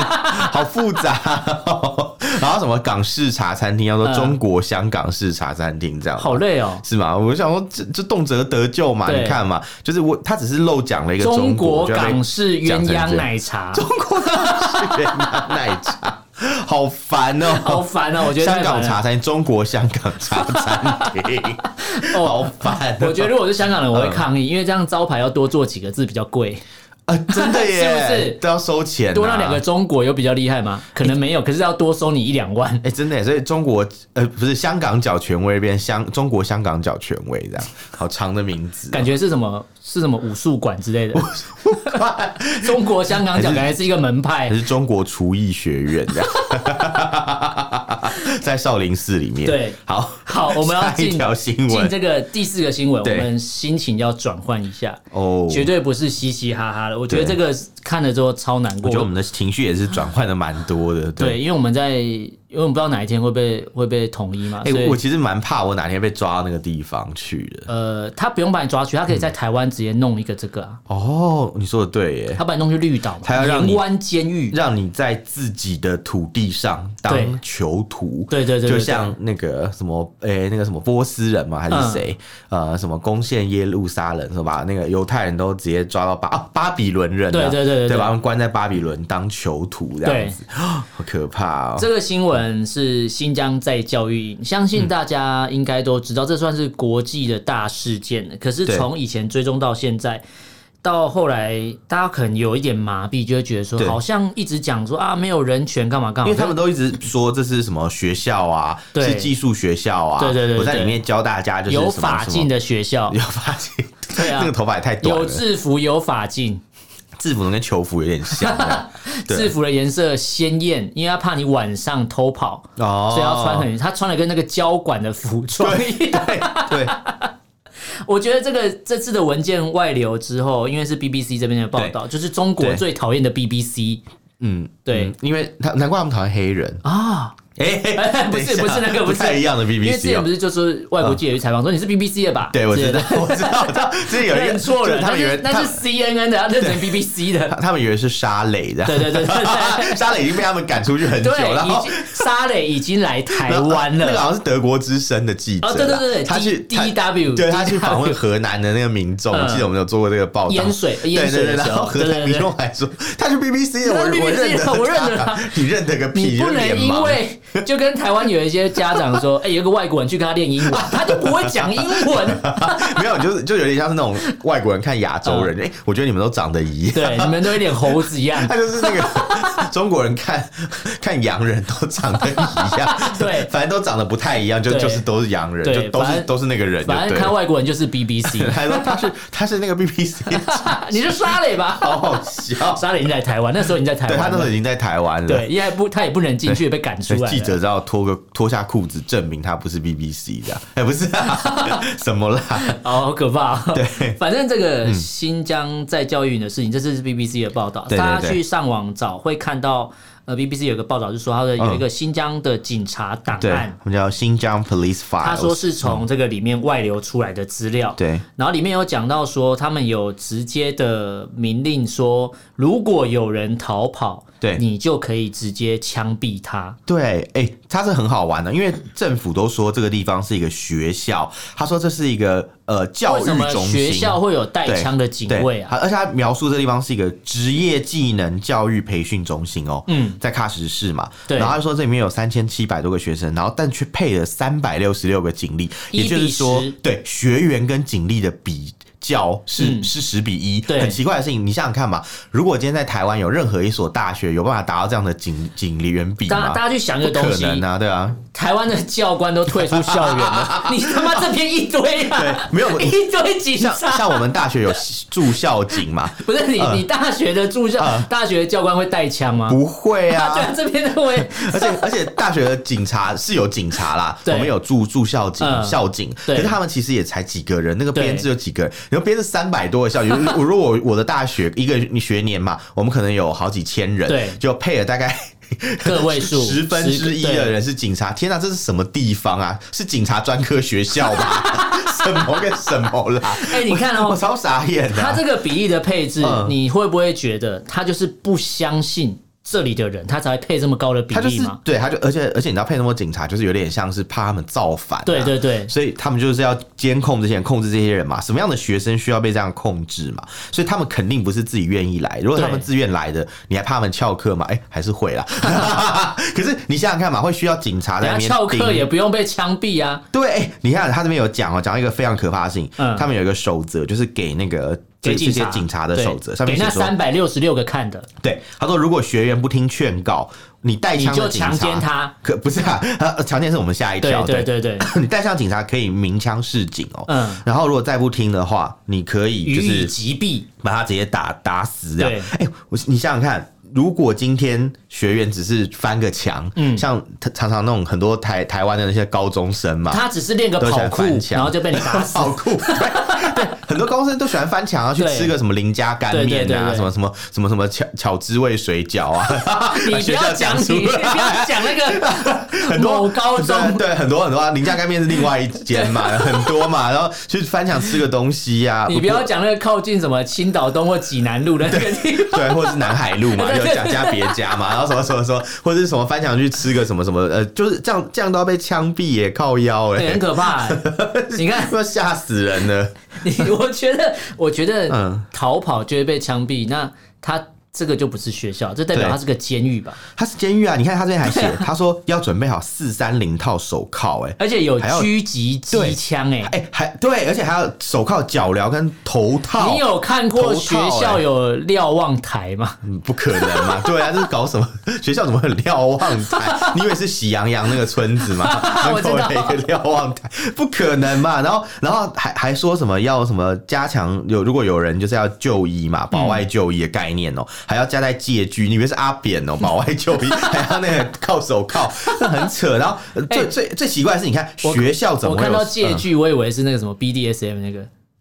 好复杂、哦。然后什么港式茶餐厅，要说
嗯
中国香港式茶餐厅这样，
好累哦。
是吗？我想说，这这动辄得咎嘛，
对
你看嘛，就是我他只是漏讲了一个
中
国
国
就要被
港式鸳鸯奶茶，
中国港式鸳鸯奶茶， 好烦哦、
好烦啊！我觉得
香
太烦
港
了
茶餐厅，中国香港茶餐厅， 好
哦。
烦哦、
我觉得如果是香港人，我会抗议，因为这样招牌要多做几个字比较贵，
啊，真的 耶，
是不是
都要收钱、啊？
多那两个中国有比较厉害吗？可能没有，可是要多收你一两万。
哎、真的耶，所以中国呃不是香港脚权威变香中国香港脚权威这样，好长的名字哦、
感觉是什么是什么武术馆之类的。中国香港脚感觉是一个门派
还，是中国厨艺学院这样， 在少林寺里面。
对
好，
好，我们要
下一
进
条新
进
闻
这个第四个新闻，我
对
们心情要转换一下，
哦。
绝对不是嘻嘻哈哈的。我觉得这
对
个看了之后超难
我
过
觉得我。们的情绪也是转换的蛮多的。
对，因为我们在，因为我们不知道哪一天会被会被统一嘛，
哎、
所以
我其实蛮怕我哪天被抓到那个地方去的。
呃，他不用把你抓去，他可以在台湾直接弄一个这个啊，
哦，你说的对耶，
他把你弄去绿岛嘛，
他要让你
盐湾监狱，
让你在自己的土地上
对
当囚徒。
对对对对
就
对
像啊那个什么，诶、那个什么波斯人嘛，还是谁、
嗯
呃，什么攻陷耶路撒冷是吧？那个犹太人都直接抓到巴、啊、巴比伦人啊，
对对对对对
对，把他们关在巴比伦当囚徒这样子，好可怕哦。
这个新闻是新疆在教育营，相信大家应该都知道，这算是国际的大事件了。可是
对
从以前追踪到现在，到后来大家可能有一点麻痹，就会觉得说，
对
好像一直讲说啊，没有人权干嘛干嘛，
因为他们都一直说这是什么学校啊，
对
是技术学校啊，
对对对对
我在里面教大家就是
有
什么
法
什
禁
么
的学 校，
有发髻，
对啊
那个头发也太短
有
了，
制服有法禁，
制服跟囚服有点像这样对
制服的颜色鲜艳，因为他怕你晚上偷跑，
哦，
所以要穿很，他穿的跟那个交管的服装 一样。
哦对
我觉得这个这次的文件外流之后，因为是 BBC 这边的报道，就是中国
对
最讨厌的 BBC。嗯，对
嗯因为他难怪他们讨厌黑人，
啊，
哎、
不是不是那个
不
不是
太一样的
因为之
BBC
前不
哦。
是就说外国记者去采访说你是 BBC 的吧？
对，我知道
之，
我知道，我知道，之前有
类的。
一个
认错
就是
人，
他们以为
那
他
是 CNN 的，他认成 BBC 的。
他他们以为是沙磊的，
对对对对对
沙磊已经被他们赶出去很久，
对，
然
已
后
经沙磊已经来台湾
那个好
了。
像是德国之声的记者啦，
哦对对对对
他去
D-
他
DW
对他去访问河南的那个民众，
嗯
我记得我们有做过这个报道，
淹水
哦对
淹水
对对
的时
然后
候
河南
对对对
民众还说他是 BBC 的，我
他是
我
BBC
认得
的我认得
他
他，
你认得个屁，
你不
就
能
是脸
因
盲
为就跟台湾有一些家长说，哎，有个外国人去跟他练英文，他就不会讲英文。
没有，就是就有点像是那种外国人看亚洲人，哎，我觉得你们都长得一样。
嗯对，你们都有点猴子一样。
他就是 那个中国人看 看洋人都长得一样，
对
反正都长得不太一样，就
对
就是都是洋人，
对
就都
反
是
正
都是那个人就
反
对
正看
了。
外国人就是 BBC，
他说他是他是那个 BBC，
你是沙磊吧？哦
好好笑。
沙磊已经在台湾，那时候已经在台
对他
湾
那时候
了
已。经在台湾了，
对，，因为不，他也不能进去，被赶出
所
来了。
以记者只要脱个脱下裤子，证明他不是 BBC 这样。哎、不是、 啊，什么啦？
哦，好可怕、哦。对，反正这
嗯
个新疆在教育营的事情，这次是 BBC 的报道，
对对对
大家去上网找会看到。呃，BBC 有个报道就说，他的有一个新疆的警察档
嗯对，
案，
我们叫新疆 Police Files。
他说是从这个里面外流出来的资料。
啊嗯对
然后里面有讲到说，他们有直接的明令说，如果有人逃跑，
对
你就可以直接枪毙他。
对，哎、它是很好玩的，因为政府都说这个地方是一个学校，他说这是一个呃教
为
育
什么
中心，
学校会有带
对
枪的警卫啊？
对而且他描述这地方是一个职业技能教育培训中心哦，
嗯
嗯，在喀什市嘛，
对
然后他说这里面有三千七百多个学生，然后但却配了三百六十六个警力，
一
也就是说
比十，
对学员跟警力的比。较是、
嗯
是十比一，
对
很奇怪的事情。你想想看嘛，如果今天在台湾有任何一所大学有办法达到这样的警警力员比
大家
吗？
大家去想一
不
个东
可
西，
能啊，对啊，
台湾的教官都退出校园 了，你他妈这边一堆啊，
对没有
一堆警
像
察，
像我们大学有住校 警嘛，
不是你你大学的住校大学教官会带枪吗？
呃不 会
对啊，这边的会
而且而且大学的警察是有警察啦，我
对
们有驻驻校警、
嗯
校警，可
对
是他们其实也才几个人，那个
对
编制有几个人，然后编制三百多个校警， 如果如果我我的大学一个学年嘛，我们可能有好几千人，
对
就配了大概
个位数
十分之一的人是警察，天哪，这是什么地方啊？是警察专科学校吧？ 什么跟什么啦？
哎，你看
我
哦，
超傻眼的、
他这个比例的配置
啊嗯，
你会不会觉得他就是不相信这里的人，他才会配这么高的比
他就
例
是
吗？
对，他就而且而且你知道配那么多警察，就是有点像是怕他们造反、啊，
对对对
所以他们就是要监控这些人，控制这些人嘛。什么样的学生需要被这样控制嘛？所以他们肯定不是自己愿意来。如果他们
对
自愿来的，你还怕他们翘课吗？哎、还是会啦。 可是你想想看嘛，会需要警察在
等
那
下
边
翘课
盯
也不用被枪毙啊！
对，哎、你看他这边有讲哦、讲到一个非常可怕的事情，
嗯
他们有一个守则，就是给那个这
给
这
警
些
察
警察的守则，上面
给
写
那
说
三百六十六个看的，
对，他说如果学员不听劝告，你带
你
枪
就
的警察
强奸他，
可 不是啊，呃强奸是我们吓一
对
跳。
对对对，
你带上警察可以鸣枪示警哦。
嗯，
然后如果再不听的话，你可以就
予以
是
击毙，
把他直接打打死这样
对。
哎、我你想想看，如果今天学员只是翻个墙，嗯，像他常常那种很多台台湾的那些高中生嘛，
他只是练个
啊都
跑
想
酷
翻，墙
然后就被你打 死，
好酷，对 对，很多高中生都喜欢翻墙啊，去
对
吃个什么林家干
对对
面
对
啊，
对
什么什么什么什么巧巧滋味水饺啊，
你不要讲你，你不要讲那个
很多
某高中，
对对很多很多啊，林家干面是另外一间嘛， 很多嘛，然后去翻墙吃个东西呀、啊，
你不要讲那个靠近什么青岛东或济南路的那个地 方，
对，或者是南海 路嘛，就讲家别家嘛，然后什么什么什么，或者是什么翻墙去吃个什么什么，呃，就是这样，这样都要被枪毙耶，靠腰
对，
哎
很，可怕欸。你看，
要吓死人了。
你 我觉得，我觉得
嗯
逃跑就会被枪毙，那他这个就不是学校，这代表
对
他是个监狱吧？
他是监狱啊，你看他这边还写，他说要准备好四三零套手铐，哎。
而且有
还要
狙击机枪哎。
哎、还对，而且还有手铐、脚镣跟头套，
你有看过
头套
学校
欸
有瞭望台吗？
嗯不可能嘛？ 对啊，这是搞什么？学校怎么会有瞭望台？你以为是喜羊羊那个村子 吗？
啊我
门
知道
口有一个瞭望台，不可能嘛？然后，然后还还说什么要什么加强有如果有人就是要就医
嗯
嘛，保外就医的概念哦、还要加在借据。你以为是阿扁哦、 保外就医还要那个靠手铐，这很扯。然后呃最、
哎
最最奇怪的是，你看
我
学校怎
我
么会
看
有
到借
嗯
据，我以为是那个什么 BDSM 那个，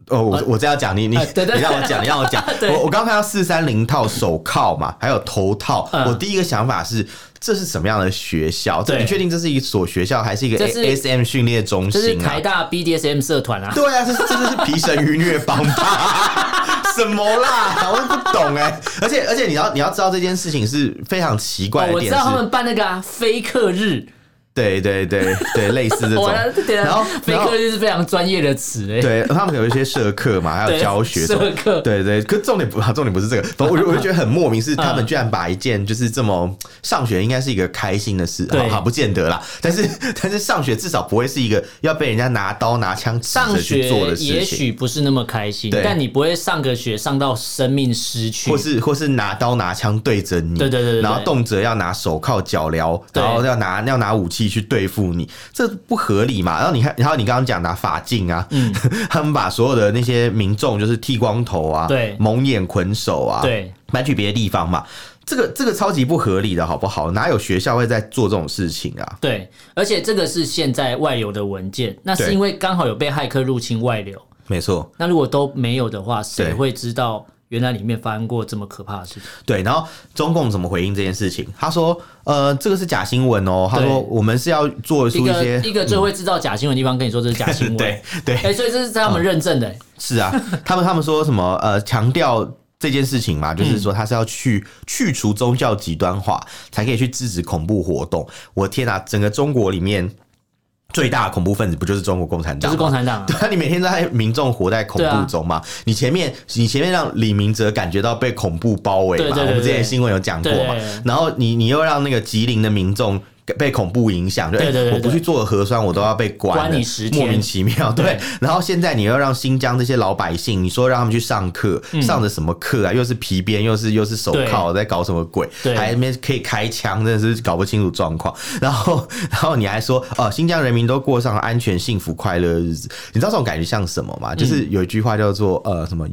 哦，我我这要讲你，你
啊呃对对。
你让我讲，你让我讲
对
我我刚看到四三零套手铐嘛，还有头套，
嗯
我第一个想法是这是什么样的学校？这
对
你确定这是一所学校还是一个
这是
A- SM 训练中
这是
心啊
台？大 BDSM 社团啊。
对啊，这这这是皮神与虐帮吧？ 什么啦？我也不懂哎、而且而且你要你要知道这件事情是非常奇
哦，
怪的
我知
点
道
是，
他们办那个啊，非客日，
对对对对，类似 这种
哇，对，啊
然后
非
然后
客日是非常专业的词哎。
对他们有一些社课嘛，还
对
有教学
社课
对对，可重点不，重点不是这个，反正我就我就觉得很莫名，
嗯
是他们居然把一件就是这么上学应该是一个开心的事，
对
好好不见得啦，但是但是上学至少不会是一个要被人家拿刀拿枪指
上
着去做
学
的
也
事情。
许不是那么开心，
对
但你不会上个学上到生命失去，
或是或是拿刀拿枪对着你，
对对对对对
然后动辄要拿手铐脚镣，
对
然后要拿要拿武器去对付你，这不合理嘛？然后你看，然后你刚刚讲拿法镜啊，
嗯
他们把所有的那些民众就是剃光头啊，
对
蒙眼捆手啊，
对，
搬去别的地方嘛，这个这个超级不合理的好不好？哪有学校会在做这种事情啊？
对，而且这个是现在外流的文件，那是
对
因为刚好有被骇客入侵外流。
没错，
那如果都没有的话，谁
对
会知道原来里面发生过这么可怕的事情？
对，然后中共怎么回应这件事情？他说，呃，这个是假新闻哦。他
对
说，我们是要做出
一个
些
一个最会制造假新闻的地方跟你说这是假新闻，
对嗯对
哎、所以这是他们认证的、
是啊， 他们他们说什么呃，强调这件事情嘛，
嗯
就是说他是要去去除宗教极端化，才可以去制止恐怖活动。我天啊，整个中国里面最大的恐怖分子不就是中国共产
就
党
是
吗？
共产党、啊。啊
对啊，你每天都在民众活在恐怖中嘛？你前面你前面让李明哲感觉到被恐怖包围嘛？
对对对
我们之前新闻有讲过嘛
对对对？
然后你你又让那个吉林的民众。被恐怖影响，就
对对对
哎我
对
不去做核酸，我都要被关了
关你十天
莫名其妙。对，
对
然后现在你又让新疆这些老百姓，你说让他们去上课，
嗯
上的什么课啊？又是皮鞭，又是又是手铐，在搞什么鬼？
对
还没可以开枪，真的是搞不清楚状况。然后，然后你还说，哦、新疆人民都过上了安全、幸福、快乐的日子。你知道这种感觉像什么
嗯
吗？就是有一句话叫做，呃，什么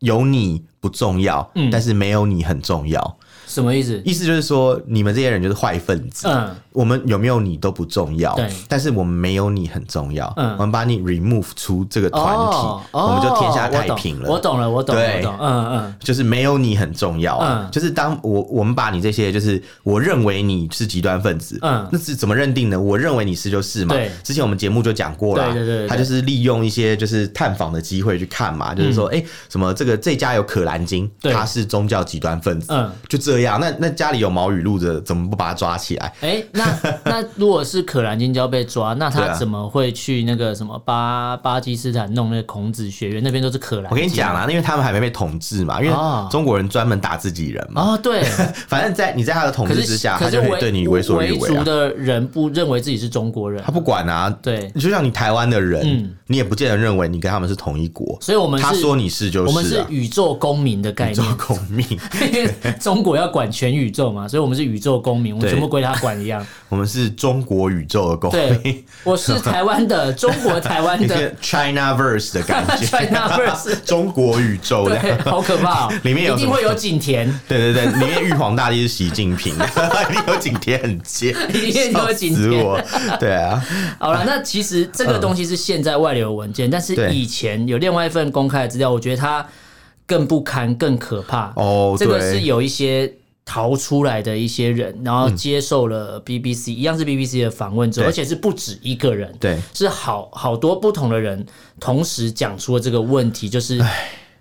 有你不重要，
嗯
但是没有你很重要。
什么意思？
意思就是说，你们这些人就是坏分子。
嗯，
我们有没有你都不重要
对，
但是我们没有你很重要。
嗯哦
我们把你 remove 出这个团体，我们就天下太平了。
我懂了，我懂了，我
对
懂了，嗯嗯。
就是没有你很重要啊，
嗯
就是当我我们把你这些就是我认为你是极端分子，
嗯
那是怎么认定呢？我认为你是就是嘛。
对
之前我们节目就讲过了，
对对对对
他就是利用一些就是探访的机会去看嘛，就是说，哎、什么这个这家有可兰经，
对
他是宗教极端分子，
嗯
就这样。那那家里有毛雨露的，怎么不把他抓起来？
哎、 那那如果是可兰金要被抓，那
对
他
啊
怎么会去那个什么巴巴基斯坦弄那个孔子学院？那边都是可兰。
我跟你讲，
嗯
啦，因为他们还没被统治嘛，因
哦
为中国人专门打自己人嘛。
哦， 对，
反正在你在他的统
可
治
是
之下，
可
他
是
就
维
会对你为所欲为
维族
啊。
的人不认为自己是中国人
他，不管啊，
对，
你就像你台湾的人，
嗯
你也不见得认为你跟他们是同一国。
所以我们
他
是
说你是就
我们
是
是
啊，
宇宙公民的概
做
念，
公民。
因 为中国要要管全宇宙嘛，所以我们是宇宙公民，我们
对
全部归他管一 样。
我们是中国宇宙的公 民，
对，我是台湾 的，中国台湾
一
的
些 China Verse 的感 觉
Chinaverse
中国宇宙的。
对，好可怕、哦！
里面有
一
什
定
么
会有景甜，
对对对，里面玉皇大帝是习 近平，里面有景天很贱，
里面有景
笑死
天
我。对啊，嗯
好了，那其实这个东西是现在外流文件，但是
对
以前有另外一份公开的资料，我觉得它更不堪、更可怕。
哦
这个
对
是有一些逃出来的一些人，然后接受了 BBC、一样是 BBC 的访问之后，
嗯对
而且是不止一个人，
对
是好好多不同的人同时讲出了这个问题，就是。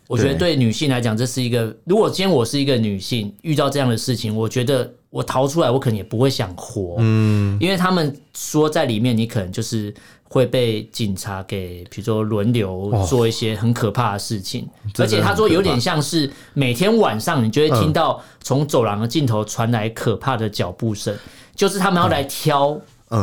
我觉得对女性来讲，这是一个。如果今天我是一个女性，遇到这样的事情，我觉得我逃出来，我可能也不会想活。嗯，因为他们说在里面，你可能就是会被警察给，比如说轮流做一些很可怕的事情。
真的
而且他说有点
很
像是每天晚上，你就会听到从走廊的尽头传来可怕的脚步声，就是他们要
嗯
来挑。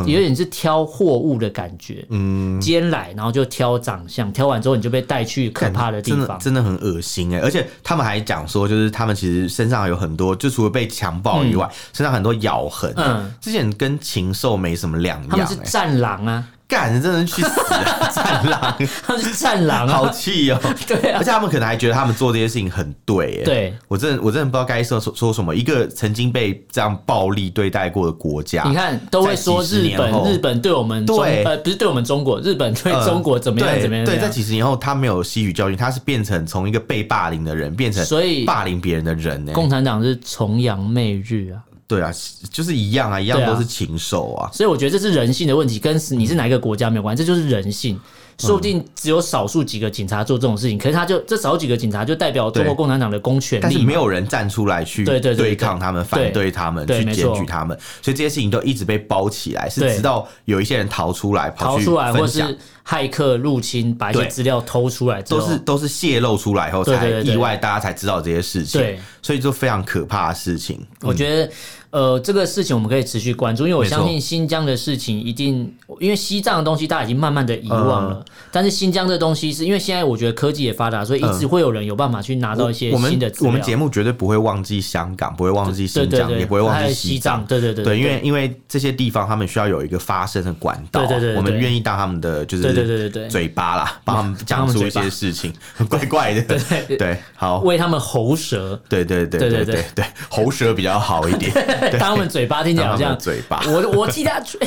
有点是挑货物的感觉，嗯，先来，然后就挑长相，挑完之后你就被带去可怕的地
真
方
的，真的很恶心哎、而且他们还讲说，就是他们其实身上有很多，就除了被强暴以外，身上很多咬痕。嗯
嗯，
之前跟禽兽没什么两
他们
样
是
哎、
战狼啊，
干，真的去死、啊，战狼，
他们是战狼
好
啊，
气哦、
对
而
啊，
且他们可能还觉得他们做这些事情很对、哎，
对
我真的我真的不知道该说说什么。一个曾经被这样暴力对待过的国家，
你看都会说
啊在几十
日
年
本
后，
日本对我们中
对
呃不是对我们中国，日本对
呃
中国怎么样
对
怎么样
对，
怎么
在
样，
几十年后，他没有吸取教训，他是变成从一个被霸凌的人，变成
所以
霸凌别人的人呢、哎
共产党是崇洋媚日啊，
对啊，就是一样啊，一样
对啊
都是禽兽啊。
所以我觉得这是人性的问题，跟是你是哪一个国家没有关系，这就是人性。说不定只有少数几个警察做这种事情，可是他就这少几个警察就代表中国
对
共产党的公权
但是
力
没
嘛，
有人站出来去
对对对
对抗他们、
对
反对他们、
对
去
没
检
错
举他们，所以这些事情都一直被包起来，是
对
直到有一些人逃出来、跑
逃
去
出来或
分
是
享，
骇客入侵，把一些
对
资料偷出来之
都
后，
是嗯都是泄露出来后
对对
才
对对
意外，大家才知道这些事情
对，
所以就非常可怕的事情。
我觉得，呃，这个事情我们可以持续关注，因为我
没错
相信新疆的事情一定，因为西藏的东西大家已经慢慢的遗忘
嗯
了，但是新疆这东西是因为现在我觉得科技也发达，所以一直会有人有办法去拿到一些
嗯我
新的
们
资料。
我们节目绝对不会忘记香港，不会忘记
对
新
对
疆，
对，
也不会忘
还有
记
西
藏
藏，。对对对
对，因为因为这些地方他们需要有一个发声的管道啊，
对对对对
我们
对
愿意当他们的就是
对对对对对
嘴 巴啦，帮他们讲出一些事情，怪怪的，
对
对，好，
为他们喉舌，
对对对
对
对
对
对对，喉舌比较好一 点，
当他们嘴巴听起来
当
好
他们
像
的嘴巴，
我我替他吹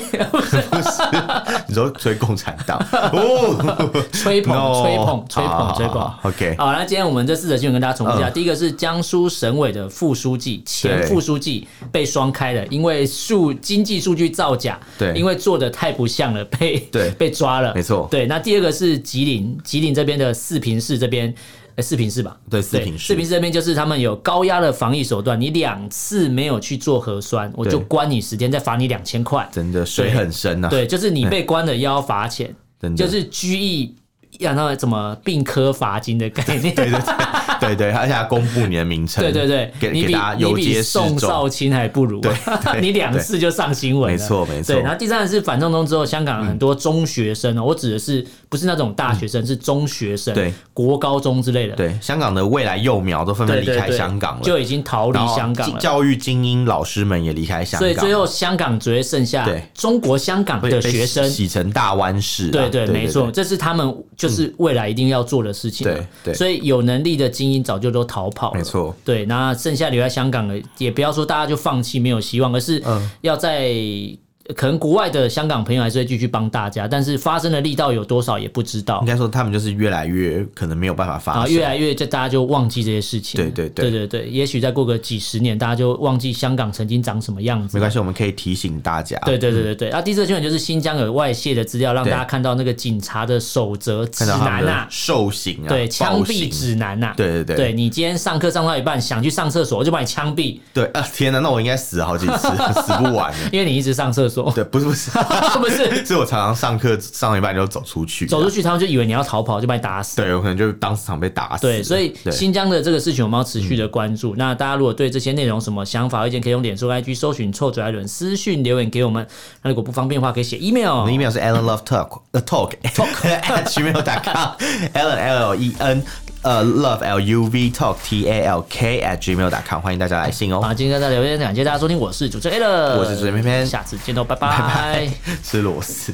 你说吹共产 党 哦，
吹捧
No
吹捧吹
好
捧
好好
吹捧
好。，OK，
好，那今天我们这四则新闻跟大家重复一下。
哎嗯
第一个是江苏省委的副书记、前
对
副书记被双开了，因为数经济数据造假，
对
因为做的太不像了，被
对
被抓了，
没错
对，那第二个是吉林，吉林这边的四平市这边。呃四平市吧，
对四平市
四平市这边就是他们有高压的防疫手段，你两次没有去做核酸，我就
对
关你十天，再罚你两千块。
真的水很深啊呐，
对，就是你被关了也要罚钱，
真的
就。是拘役，然后怎么并科罚金的概念。
对对对对对，而且还公布你的名称，
对对对，
给
你
给
比
大家
你
游
比
街示
宋少
众，
卿还不 如，
对
你两次就上新闻了，
没错没错
对，然后第三个是反送中之后，香港很多中学生哦，我指的是不是那种大学生，是中学生，
嗯对，
国高中之类的，
对香港的未来幼苗都纷纷
对，
离
对
开
对
香港了，
就已经逃离
然后
香港了。
教育精英老师们也离开香港，
所以最后香港只会剩下
对
中国香港
被
的学生
被，洗成大湾市啊，
对对，没错，
对嗯
这是他们就是未来一定要做的事情啊。
对对
所以有能力的精英早就都逃跑了。
没错，
对，那剩下留在香港的，也不要说大家就放弃没有希望，而是
嗯
要在。可能国外的香港朋友还是会继续帮大家，但是发生的力道有多少也不知道
应该说他们就是越来越可能没有办法发
啊，
生，
越来越就大家就忘记这些事情了。
对对
对
对
对对也许再过个几十年，大家就忘记香港曾经长什么样子
没。关系，我们可以提醒大家，
对对对对对，啊，第四个新闻就是新疆有外泄的资料，让
对
大家看到那个警察的守则指
看到他
南
们
呐
的、受刑啊，
对，枪
暴
毙
行
指南呐、
对对对
对你今天上课上到一半想去上厕所，我就把你枪毙，
对啊，天哪，那我应该死好几 次，死不完耶
因为你一直上厕所，
对，不是不是，
不是？
是我常常上课上到一半就走出去，啊
走出去他们就以为你要逃跑，就把你打死。
对，有可能就当场被打死，
对，嗯所以
对
新疆的这个事情我们要持续的关注。那大家如果对这些内容有什么想法、意见，可以用脸书、IG 搜寻“臭嘴艾伦”私讯留言给我们。那如果不方便的话，可以写 email。
我的 Uh, email 是 alanlovetalk 呃 talk talk at gmail.com alan l e n 呃 love l u v talk t a l k at gmail dot com，欢迎大家来信哦。
好，今天在留言，感谢大家收听，我是主持人 a l
我是主持人偏偏
下次见喽，拜拜
吃螺丝。